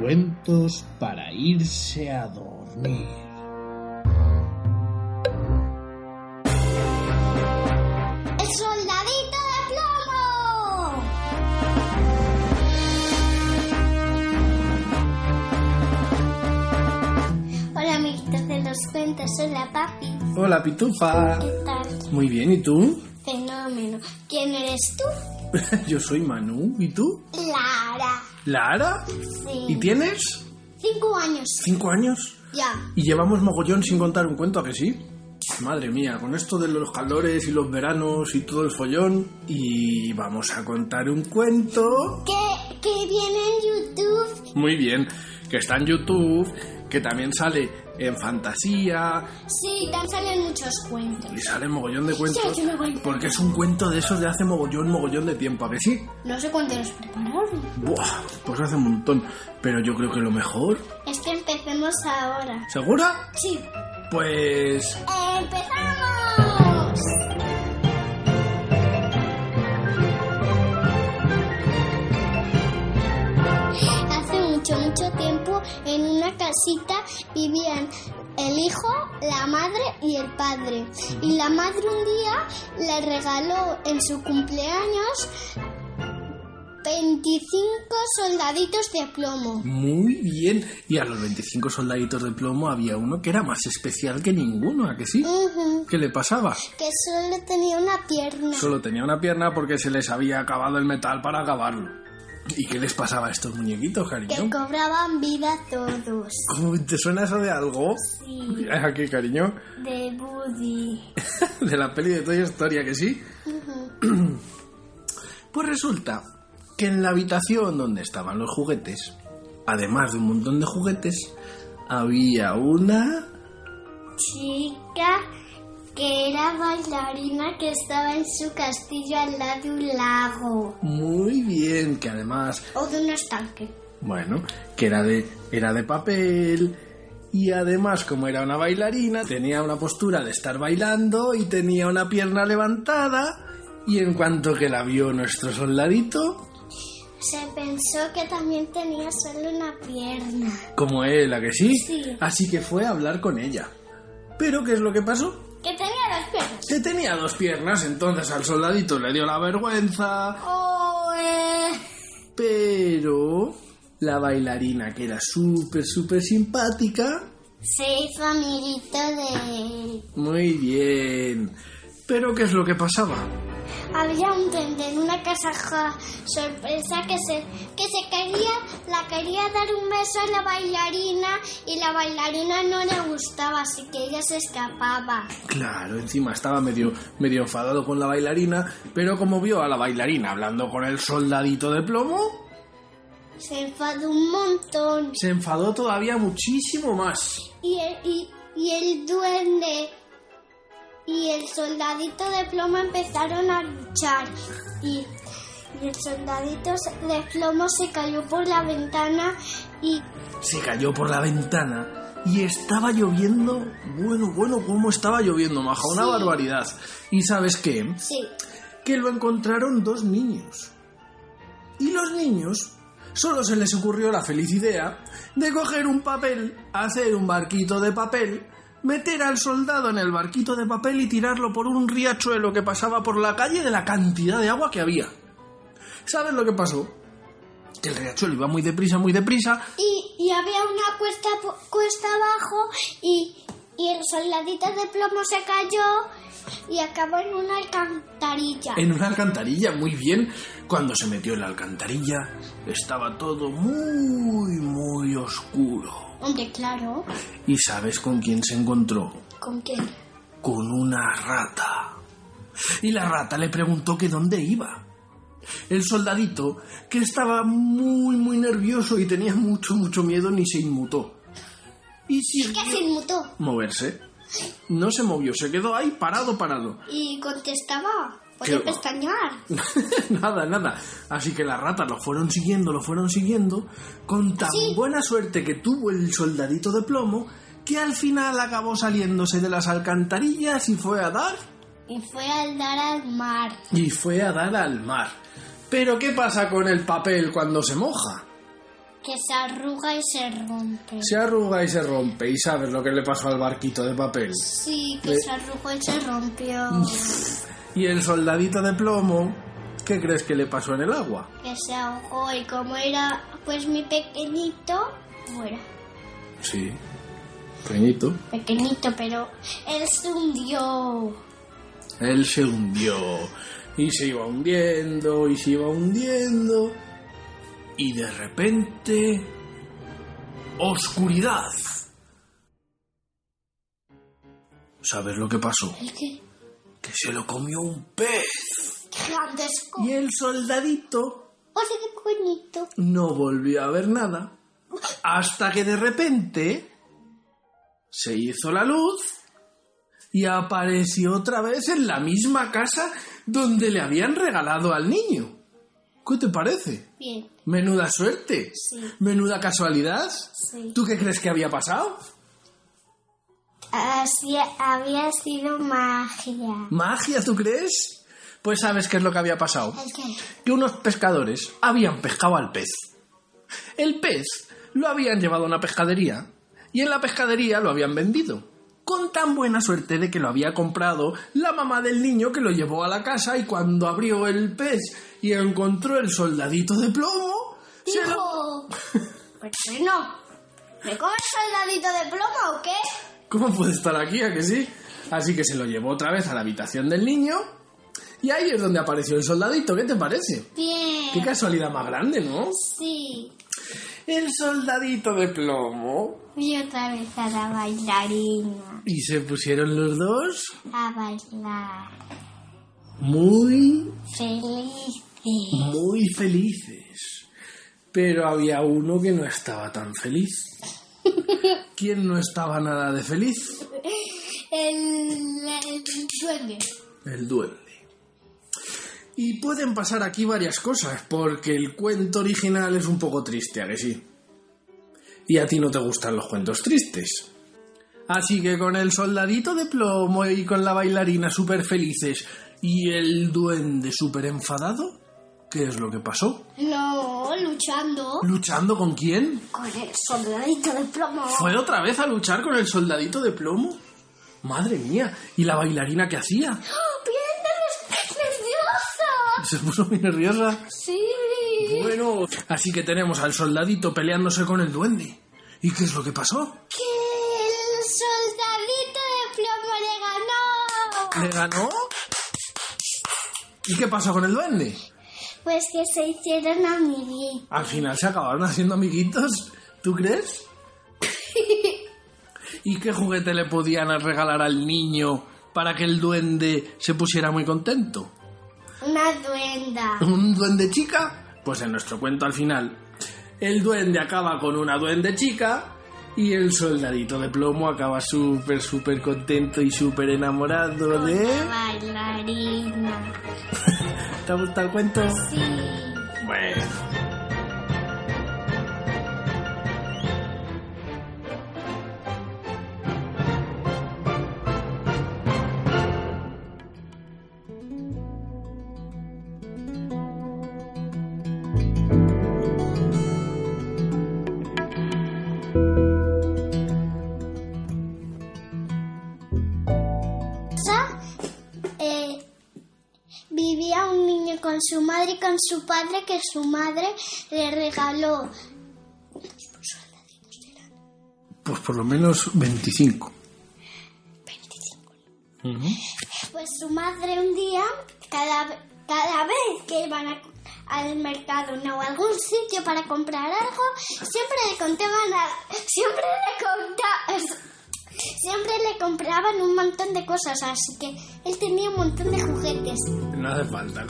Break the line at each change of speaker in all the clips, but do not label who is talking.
cuentos para irse a dormir.
¡El soldadito de plomo! Hola, amiguitos de los cuentos. Hola, papi.
Hola, Pitufa.
¿Qué tal?
Muy bien, ¿y tú?
Fenómeno. ¿Quién eres tú?
Yo soy Manu, ¿y tú?
Lara.
¿Lara?
Sí.
¿Y tienes?
Cinco años.
¿Cinco años?
Ya.
Y llevamos mogollón sin contar un cuento, ¿a que sí? Madre mía, con esto de los calores y los veranos y todo el follón. Y vamos a contar un cuento.
Que, que viene en YouTube.
Muy bien, que está en YouTube, que también sale en fantasía
Sí, tan salen muchos cuentos.
y sale mogollón de cuentos.
Sí, sí, me cuento.
Porque es un cuento de esos de hace mogollón, mogollón de tiempo, ¿a que sí?
No sé cuándo los prepararon.
Buah, pues hace un montón. Pero yo creo que lo mejor.
Es que empecemos ahora.
¿Segura?
Sí.
Pues
¡Empezamos! Hace mucho, mucho tiempo en una casita vivían el hijo, la madre y el padre. Y la madre un día le regaló en su cumpleaños 25 soldaditos de plomo.
Muy bien. Y a los 25 soldaditos de plomo había uno que era más especial que ninguno, ¿a que sí?
Ujú,
¿Qué le pasaba?
Que solo tenía una pierna.
Solo tenía una pierna porque se les había acabado el metal para acabarlo. ¿Y qué les pasaba a estos muñequitos,
Que
cariño?
cobraban vida todos.
¿Cómo ¿Te suena eso de algo?
Sí,
¿A qué, cariño?
de Woody.
De la peli de Toy Story, ¿a que sí?
Ujú.
Pues resulta que en la habitación donde estaban los juguetes, además de un montón de juguetes, había una...
Chica que era bailarina que estaba en su castillo al lado de un lago.
Muy bien, que además
O de un estanque.
Bueno, que era de, era de papel y además como era una bailarina tenía una postura de estar bailando y tenía una pierna levantada y en cuanto que la vio nuestro soldadito,
Se pensó que también tenía solo una pierna.
como él, ¿a que sí?
Sí.
Así que fue a hablar con ella. Pero ¿qué es lo que pasó?
Que tenía dos piernas.
Que tenía dos piernas, entonces al soldadito le dio la vergüenza,
Oh, eh.
pero la bailarina que era súper, súper simpática
Se hizo amiguito de él.
Muy bien. Pero ¿qué es lo que pasaba?
Había un duende en una casa ja- sorpresa que se, que se quería, la quería dar un beso a la bailarina y la bailarina no le gustaba, así que ella se escapaba.
Claro, encima estaba medio, medio enfadado con la bailarina, pero como vio a la bailarina hablando con el soldadito de plomo,
Se enfadó un montón
se enfadó todavía muchísimo más.
y el, y, y el duende y el soldadito de plomo empezaron a luchar y, y el soldadito de plomo se cayó por la ventana y
Se cayó por la ventana y estaba lloviendo. Bueno, bueno, cómo estaba lloviendo, maja, una
Sí.
barbaridad. ¿Y sabes qué?
sí,
que lo encontraron dos niños. Y los niños solo se les ocurrió la feliz idea de coger un papel, hacer un barquito de papel, meter al soldado en el barquito de papel y tirarlo por un riachuelo que pasaba por la calle de la cantidad de agua que había. ¿Sabes lo que pasó? Que el riachuelo iba muy deprisa, muy deprisa,
Y, y había una cuesta, po- cuesta abajo y, y el soldadito de plomo se cayó y acabó en una alcantarilla.
en una alcantarilla, muy bien. Cuando se metió en la alcantarilla, estaba todo muy, muy oscuro.
Hombre, claro.
¿Y sabes con quién se encontró?
¿Con quién?
Con una rata. Y la rata le preguntó que dónde iba. El soldadito, que estaba muy, muy nervioso y tenía mucho, mucho miedo, ni se inmutó. Y
¿Qué
siguió
se inmutó?
moverse. No se movió, se quedó ahí parado, parado.
Y contestaba.
¿Qué?
Podía pestañear.
nada, nada. Así que las ratas lo fueron siguiendo, lo fueron siguiendo, con tan
Sí.
buena suerte que tuvo el soldadito de plomo, que al final acabó saliéndose de las alcantarillas y fue a dar,
Y fue al dar al mar.
y fue a dar al mar. Pero ¿qué pasa con el papel cuando se moja?
que se arruga y se rompe.
Se arruga y se rompe. ¿Y sabes lo que le pasó al barquito de papel?
Sí, que
Eh.
se arrugó y se rompió.
Y el soldadito de plomo, ¿qué crees que le pasó en el agua?
que se ahogó y como era pues mi pequeñito, bueno,
Sí. Peñito.
pequeñito, pero él se hundió.
Él se hundió. Y se iba hundiendo, y se iba hundiendo. Y de repente... Oscuridad. ¿Sabes lo que pasó?
El que
Que se lo comió un pez.
grandesco.
Y el soldadito
Oye, qué bonito.
no volvió a ver nada hasta que de repente se hizo la luz y apareció otra vez en la misma casa donde le habían regalado al niño. ¿Qué te parece?
Bien,
Menuda suerte.
Sí.
Menuda casualidad.
sí.
¿Tú qué crees que había pasado?
Así había sido magia.
¿Magia, tú crees? Pues sabes qué es lo que había pasado.
El que
que unos pescadores habían pescado al pez. El pez lo habían llevado a una pescadería y en la pescadería lo habían vendido. Con tan buena suerte de que lo había comprado la mamá del niño que lo llevó a la casa y cuando abrió el pez y encontró el soldadito de plomo, se lo...
dijo, pues bueno, ¿me comes soldadito de plomo o qué?
¿Cómo puede estar aquí? ¿A que sí? Así que se lo llevó otra vez a la habitación del niño y ahí es donde apareció el soldadito. ¿Qué te parece? Qué
Bien,
casualidad más grande, ¿no?
sí.
El soldadito de plomo
Y otra vez a la bailarina
Y se pusieron los dos
a bailar.
muy,
Felices.
muy felices. Pero había uno que no estaba tan feliz. ¿Quién no estaba nada de feliz?
El, el duende.
El duende. Y pueden pasar aquí varias cosas, porque el cuento original es un poco triste, ¿a que sí? Y a ti no te gustan los cuentos tristes. Así que con el soldadito de plomo y con la bailarina súper felices y el duende súper enfadado, ¿qué es lo que pasó?
No, luchando
¿Luchando con quién?
con el soldadito de plomo.
¿Fue otra vez a luchar con el soldadito de plomo? Madre mía, ¿y la bailarina qué hacía?
¡Oh, bien nerv- nerviosa!
Se puso muy nerviosa.
Sí.
Bueno, así que tenemos al soldadito peleándose con el duende. ¿Y qué es lo que pasó?
Que el soldadito de plomo le ganó.
¿Le ganó? ¿Y qué pasó con el duende?
Pues que se hicieron amiguitos.
Al final se acabaron haciendo amiguitos, ¿tú crees? ¿Y qué juguete le podían regalar al niño para que el duende se pusiera muy contento?
Una duenda.
¿Un duende chica? Pues en nuestro cuento al final, el duende acaba con una duende chica y el soldadito de plomo acaba súper, súper contento y súper enamorado
Con
de...
la bailarina.
¿Te ha gustado el cuento?
Sí.
Bueno.
casa, eh, vivía un niño con su madre y con su padre que su madre le regaló
Pues por lo menos 25. 25.
pues su madre un día cada, cada vez que iban a- al mercado no, a algún sitio para comprar algo siempre le contaban a- siempre le conta- siempre le compraban un montón de cosas así que él tenía un montón de juguetes
No hace falta.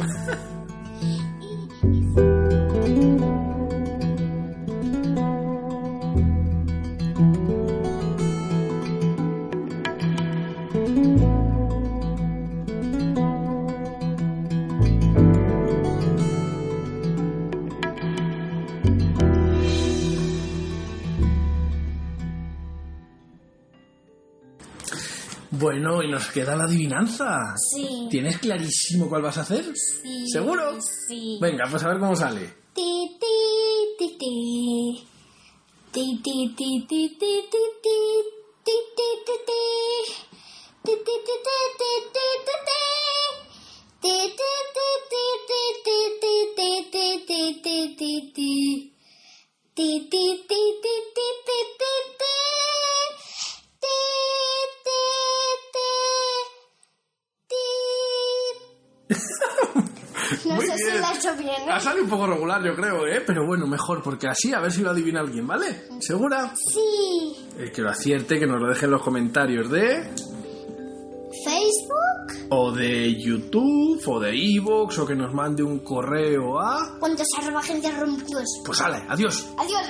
Bueno, y nos queda la adivinanza.
sí
¿Tienes clarísimo cuál vas a hacer?
sí,
¿Seguro?
sí.
Venga, pues a ver cómo sale.
Ti, ti, ti, ti, ti. Ti, ti, ti, ti, ti, ti, ti, ti, ti, ti, ti. Ti, ti, ti, ti, ti, ti, ti, ti. Ti, ti, ti, ti, ti, ti, ti, ti, ti, ti, ti, ti, ti. Ti, ti, ti, ti, ti, ti, ti, ti. Ti, ti, ti. Ti. No
Muy
sé si
bien.
la he hecho bien, ¿eh?
Ha salido Ah, un poco regular, yo creo, ¿eh? Pero bueno, mejor, porque así a ver si lo adivina alguien, ¿vale? ¿Segura?
Sí.
El que lo acierte, que nos lo deje en los comentarios de...
Facebook.
O de YouTube, o de Evox, o que nos mande un correo a...
Cuántos arroba agencias rompidos.
Pues sale, adiós.
Adiós.